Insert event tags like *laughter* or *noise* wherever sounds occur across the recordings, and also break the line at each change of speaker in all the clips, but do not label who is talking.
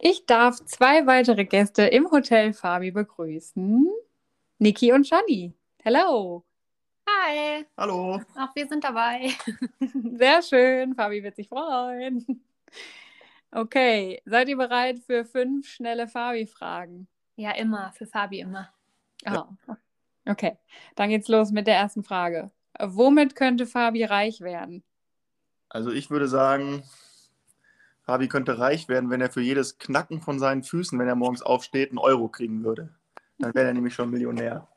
Ich darf zwei weitere Gäste im Hotel Fabi begrüßen. Niki und Shani.
*laughs*
Hello.
Hi,
Hallo.
auch wir sind dabei. *laughs*
Sehr schön. Fabi wird sich freuen. Okay, seid ihr bereit für fünf schnelle Fabi-Fragen?
Ja, immer, für Fabi immer.
Ah, Okay, dann geht's los mit der ersten Frage. Womit könnte Fabi reich werden?
Also ich würde sagen, Fabi könnte reich werden, wenn er für jedes Knacken von seinen Füßen, wenn er morgens aufsteht, einen Euro kriegen würde. Dann wäre er nämlich schon Millionär.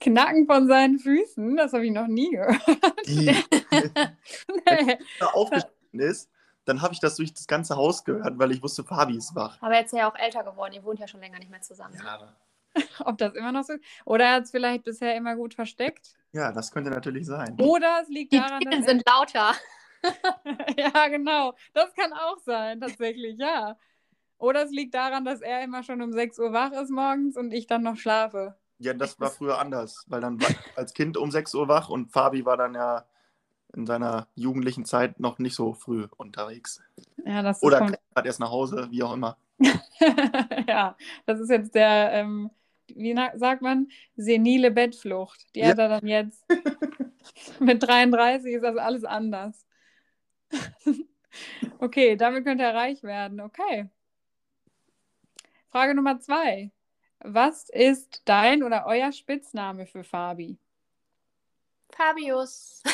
Knacken von seinen Füßen? Das habe ich noch nie gehört. *laughs*
Die, wenn
Nee.
er aufgestanden ist, dann habe ich das durch das ganze Haus gehört, weil ich wusste, Fabi ist wach.
Aber jetzt ist er ja auch älter geworden, ihr wohnt ja schon länger nicht mehr zusammen.
Ja,
Ob das immer noch so ist? Oder er hat es vielleicht bisher immer gut versteckt?
ja das könnte natürlich sein.
Oder es liegt
Die
daran,
Titel
dass
sind lauter.
*laughs* Ja, genau. Das kann auch sein, tatsächlich, ja. Oder es liegt daran, dass er immer schon um 6 Uhr wach ist morgens und ich dann noch schlafe.
Ja, das war früher anders, weil dann war ich als Kind um 6 Uhr wach und Fabi war dann ja in seiner jugendlichen Zeit noch nicht so früh unterwegs.
Ja, das
Oder
kommt. *laughs*
gerade erst nach Hause, wie auch immer.
ja, das ist jetzt der, ähm, wie na- sagt man, senile Bettflucht. Die
Ja.
hat er dann jetzt. *laughs* Mit 33 ist das alles anders. *laughs* okay, damit könnte er reich werden. Okay. Frage Nummer zwei. Was ist dein oder euer Spitzname für Fabi?
Fabius. *laughs*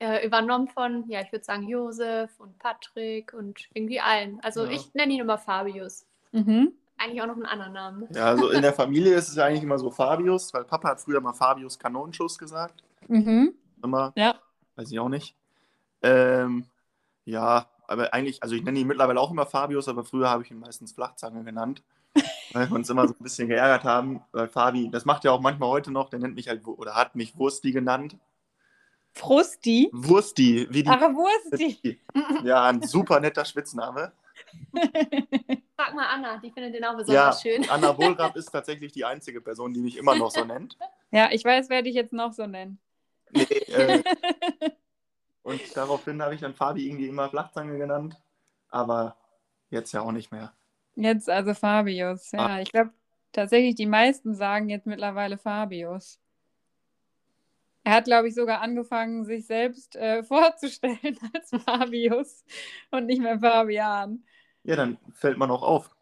Äh, Übernommen von, ja, ich würde sagen, Josef und Patrick und irgendwie allen. Also
Ja.
ich nenne ihn immer Fabius.
Mhm.
Eigentlich auch noch einen anderen Namen.
Ja, also in der Familie ist es ja eigentlich immer so Fabius, weil Papa hat früher mal Fabius Kanonenschuss gesagt.
Mhm.
Immer,
Ja.
weiß ich auch nicht. Ähm, ja, aber eigentlich, also ich nenne ihn mittlerweile auch immer Fabius, aber früher habe ich ihn meistens Flachzange genannt, weil wir uns immer so ein bisschen geärgert haben, weil Fabi, das macht er auch manchmal heute noch, der nennt mich halt, Wu- oder hat mich Wursti genannt.
Frusti.
Wursti, wie die...
Ah,
Ach, Wursti.
Ja, ein super netter Spitzname.
Frag mal Anna, die findet den auch
Ja,
besonders schön.
Anna Wohlrapp ist tatsächlich die einzige Person, die mich immer noch so nennt.
ja, ich weiß, wer dich jetzt noch so nennt.
Nee, *laughs* äh, *laughs* Und daraufhin habe ich dann Fabi irgendwie immer Flachzange genannt, aber jetzt ja auch nicht mehr.
Jetzt also Fabius. Ja, ich glaube tatsächlich, die meisten sagen jetzt mittlerweile Fabius. Er hat, glaube ich, sogar angefangen, sich selbst äh, *laughs* vorzustellen als Fabius und nicht mehr Fabian.
Ja, dann fällt man auch auf.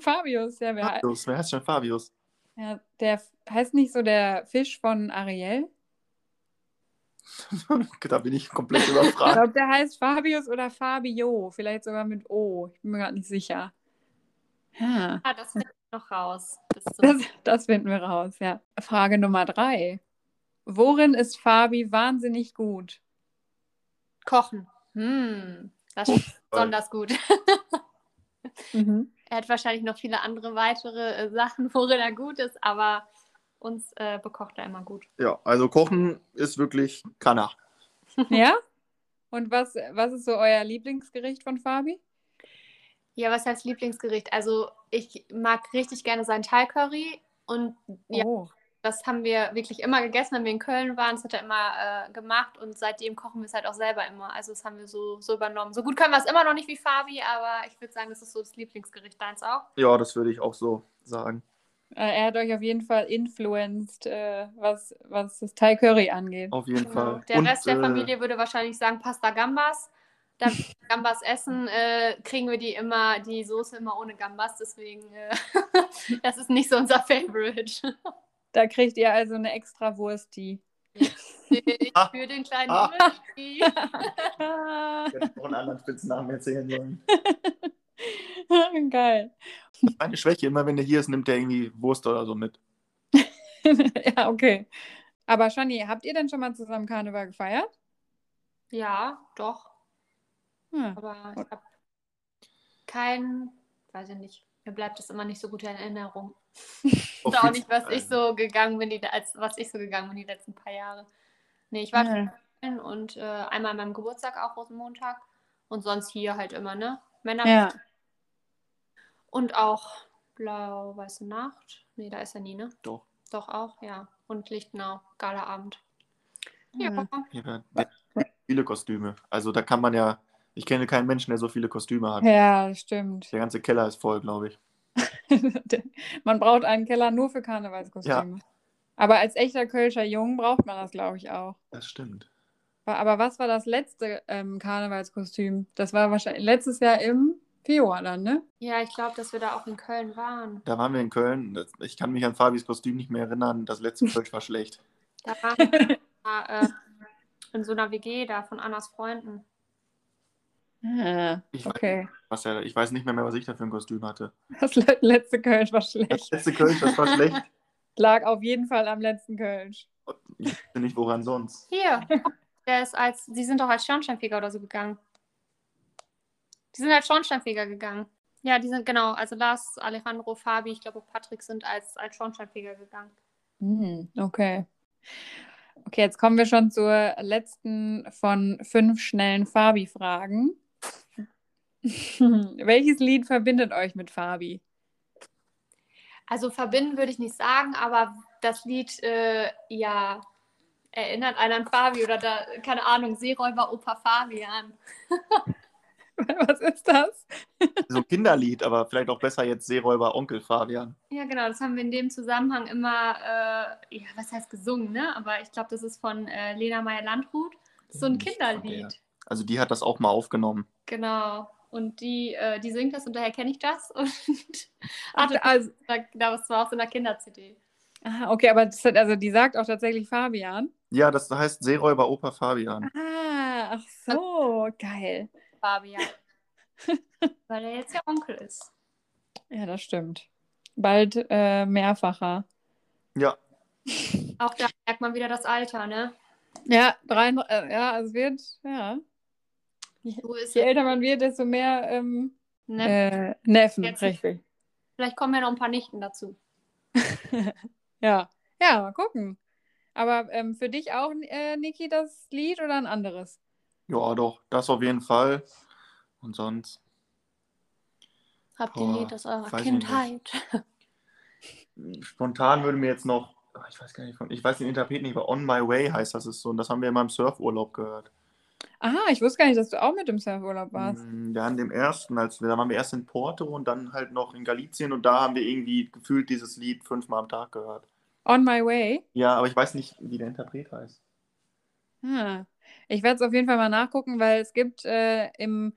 Fabius, ja, wer,
Fabius, wer heißt schon Fabius? *laughs*
ja, der heißt nicht so der Fisch von Ariel?
da bin ich komplett
Ich
überfragt.
glaube, der heißt Fabius oder Fabio, vielleicht sogar mit O. Ich bin mir gerade nicht sicher. Ja,
Ja, Ah, das *laughs* findet noch raus. Bis zum-
das, das finden wir raus, ja. Frage Nummer drei. Worin ist Fabi wahnsinnig gut?
Kochen. Hm, das ist besonders gut. Er hat wahrscheinlich noch viele andere weitere äh, Sachen, *laughs* worin er gut ist, aber uns äh, bekocht er immer gut.
*laughs* ja, also Kochen ist wirklich Kanner.
Ja? Und was, was ist so euer Lieblingsgericht von Fabi?
Ja, was heißt Lieblingsgericht? Also ich mag richtig gerne seinen Thai-Curry und ja,
Oh.
das haben wir wirklich immer gegessen, wenn wir in Köln waren. Das hat er immer äh, gemacht und seitdem kochen wir es halt auch selber immer. Also das haben wir so, so übernommen. So gut können wir es immer noch nicht wie Fabi, aber ich würde sagen, das ist so das Lieblingsgericht deins auch.
Ja, das würde ich auch so sagen.
Äh, Er hat euch auf jeden Fall influenced, äh, was, was das Thai Curry angeht.
Auf jeden
Genau.
Fall.
Der
Und,
Rest der
äh, *laughs*
Familie würde wahrscheinlich sagen Pasta Gambas. Da wir Gambas essen, äh, kriegen wir die immer, die Soße immer ohne Gambas. Deswegen, äh, *laughs* das ist nicht so unser Favorite. *laughs*
Da kriegt ihr also eine extra Wurst, die.
Ah.
Für den kleinen
Ah.
Ulrich.
Ah,
Ich hätte noch einen anderen Spitznamen erzählen sollen.
*laughs* Geil.
Meine Schwäche, immer wenn der hier ist, nimmt der irgendwie Wurst oder so mit.
*laughs* ja, okay. Aber Shani, habt ihr denn schon mal zusammen Karneval gefeiert?
Ja, doch.
Hm.
Aber ich habe keinen, weiß ich nicht. Mir bleibt das immer nicht so gut in Erinnerung. Ich weiß auch nicht, was ich
Äh,
so gegangen bin, die, als was ich so gegangen bin die letzten paar Jahre. Nee, ich war
Ja.
in Köln und äh, einmal an meinem Geburtstag auch Rosenmontag und sonst hier halt immer, ne? Männer
Ja.
und auch blau-weiße Nacht. Nee, da ist er nie, ne?
Doch.
Doch auch, ja. Und Lichtenau, Galaabend. Ja.
Hm.
Ja, Viele Kostüme. Also da kann man ja Ich kenne keinen Menschen, der so viele Kostüme hat.
Ja, das stimmt. *laughs*
Der ganze Keller ist voll, glaube ich.
man braucht einen Keller nur für Karnevalskostüme. Aber als echter Kölscher Jung braucht man das, glaube ich, auch.
Das stimmt.
Wa- Aber was war das letzte ähm, Karnevalskostüm? Das war wahrscheinlich letztes Jahr im Februar dann, ne?
Ja, ich glaube, dass wir da auch in Köln waren.
Da waren wir in Köln. Das- Ich kann mich an Fabis Kostüm nicht mehr erinnern. Das letzte Kölsch war schlecht.
Da waren wir äh, in so einer WG da von Annas Freunden.
Ah,
Ich weiß,
okay.
was er, ich weiß nicht mehr, mehr, was ich da für ein Kostüm hatte.
Das le- letzte Kölsch war
Das
schlecht.
letzte Kölsch, das war schlecht.
Lag auf jeden Fall am letzten Kölsch.
Ich wüsste nicht, woran sonst.
Hier, der ist als, die sind doch als Schornsteinfeger oder so gegangen. Die sind als Schornsteinfeger gegangen. Ja, die sind genau, also Lars, Alejandro, Fabi, ich glaube auch Patrick sind als, als Schornsteinfeger gegangen.
Hm, okay. Okay, jetzt kommen wir schon zur letzten von fünf schnellen Fabi-Fragen. Welches Lied verbindet euch mit Fabi? *laughs*
Also verbinden würde ich nicht sagen, aber das Lied, äh, ja, erinnert einen an Fabi oder da, keine Ahnung, Seeräuber Opa Fabian.
Was ist das?
So ein Kinderlied, aber vielleicht auch besser jetzt Seeräuber Onkel Fabian.
Ja, genau, das haben wir in dem Zusammenhang immer, äh, ja, was heißt gesungen, ne? Aber ich glaube, das ist von äh, Lena Meyer-Landrut. So ein
Nicht Hm, von der.
Kinderlied.
Also die hat das auch mal aufgenommen.
Genau. Und die, äh, die singt das und daher kenne ich das. *laughs* Und
Ach,
hatte
also,
da, da war es zwar auf so einer Kinder-CD.
ah, okay, aber das hat, also die sagt auch tatsächlich Fabian.
Ja, das heißt Seeräuber Opa Fabian.
Ah, ach so, geil. *laughs*
Fabian. Weil er jetzt ja Onkel ist.
Ja, das stimmt. Bald äh, mehrfacher.
Ja,
Auch da merkt man wieder das Alter, ne?
Ja, drei, äh, ja, es wird, ja.
So ist
Je
es.
älter man wird, desto mehr ähm,
Ne?
äh, Neffen.
Jetzt-
Richtig.
Vielleicht kommen ja noch ein paar Nichten dazu.
Ja. Ja, mal gucken. Aber ähm, für dich auch, äh, Niki, das Lied oder ein anderes?
ja, doch, das auf jeden Fall. Und sonst,
Habt ihr
Boah,
Lied aus eurer
weiß ich nicht.
Kindheit?
spontan würde mir jetzt noch, ah, ich weiß gar nicht, von- ich weiß den Interpreten nicht, aber On My Way heißt das ist so. Und das haben wir in meinem Surfurlaub gehört.
Ah, ich wusste gar nicht, dass du auch mit im Surfurlaub warst.
Mm, Ja, an dem ersten, als wir, da waren wir erst in Porto und dann halt noch in Galicien und da haben wir irgendwie gefühlt dieses Lied fünfmal am Tag gehört.
On My Way.
Ja, aber ich weiß nicht, wie der Interpret heißt.
Ah, ich werde es auf jeden Fall mal nachgucken, weil es gibt äh, im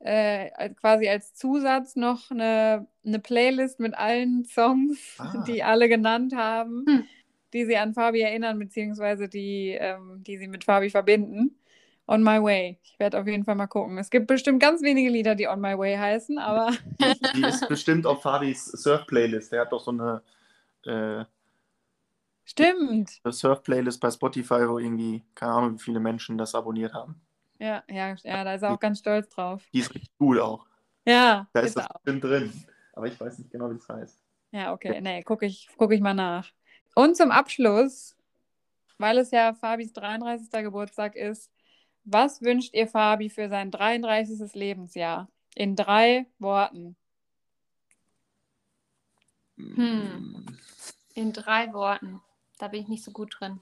äh, als- quasi als Zusatz noch eine, eine Playlist mit allen Songs,
Ah.
die alle genannt haben,
Hm.
die sie an Fabi erinnern, beziehungsweise die, ähm, die sie mit Fabi verbinden. On My Way. Ich werde auf jeden Fall mal gucken. Es gibt bestimmt ganz wenige Lieder, die On My Way heißen,
*laughs*
aber
Die ist bestimmt auf Fabis Surf-Playlist. Der hat doch so eine äh,
stimmt.
Surf-Playlist bei Spotify, wo irgendwie, keine Ahnung, wie viele Menschen das abonniert haben.
Ja, ja, ja, da ist er auch ganz stolz drauf.
Die ist richtig gut auch.
Ja,
Da
ist
ist das
er auch.
bestimmt drin. Aber ich weiß nicht genau, wie es heißt.
Ja, okay. Nee, gucke ich, guck ich mal nach. Und zum Abschluss, weil es ja Fabis 33. Geburtstag ist, was wünscht ihr Fabi für sein 33. Lebensjahr? In drei Worten.
Hm. In drei Worten. Da bin ich nicht so gut
*laughs*
drin.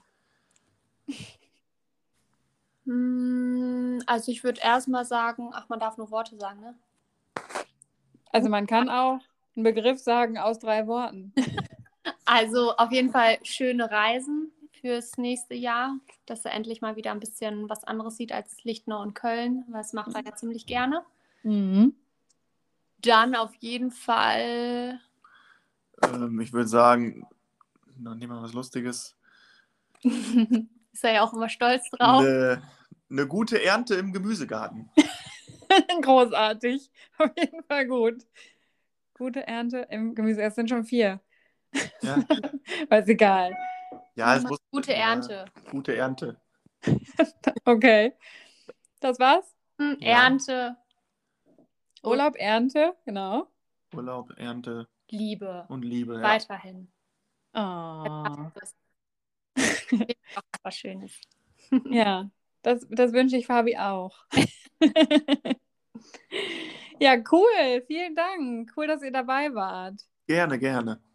Hm, Also ich würde erstmal sagen, ach, man darf nur Worte sagen, ne?
Also man kann auch einen Begriff sagen aus drei Worten.
Also auf jeden Fall schöne Reisen fürs nächste Jahr, dass er endlich mal wieder ein bisschen was anderes sieht als Lichtenau und Köln, weil das macht er ja ziemlich gerne.
*laughs* Mhm.
Dann auf jeden Fall, *laughs*
Ähm, ich würde sagen, na, nehmen wir was Lustiges.
ist er ja auch immer stolz drauf.
Eine, eine gute Ernte im Gemüsegarten.
*laughs* Großartig. Auf jeden Fall gut. Gute Ernte im Gemüse. Es sind schon vier.
*laughs*
Ja,
Aber ist egal.
ja es muss.
Gute Ernte.
Ja, gute Ernte.
Okay. Das war's.
Hm,
Ja.
Ernte,
Urlaub, Ernte, genau.
Urlaub, Ernte
Liebe,
und Liebe. Ja.
weiterhin.
Oh.
Das ist *laughs* auch was Schönes.
Ja, das, das wünsche ich Fabi auch. ja, cool. Vielen Dank. Cool, dass ihr dabei wart.
Gerne, gerne.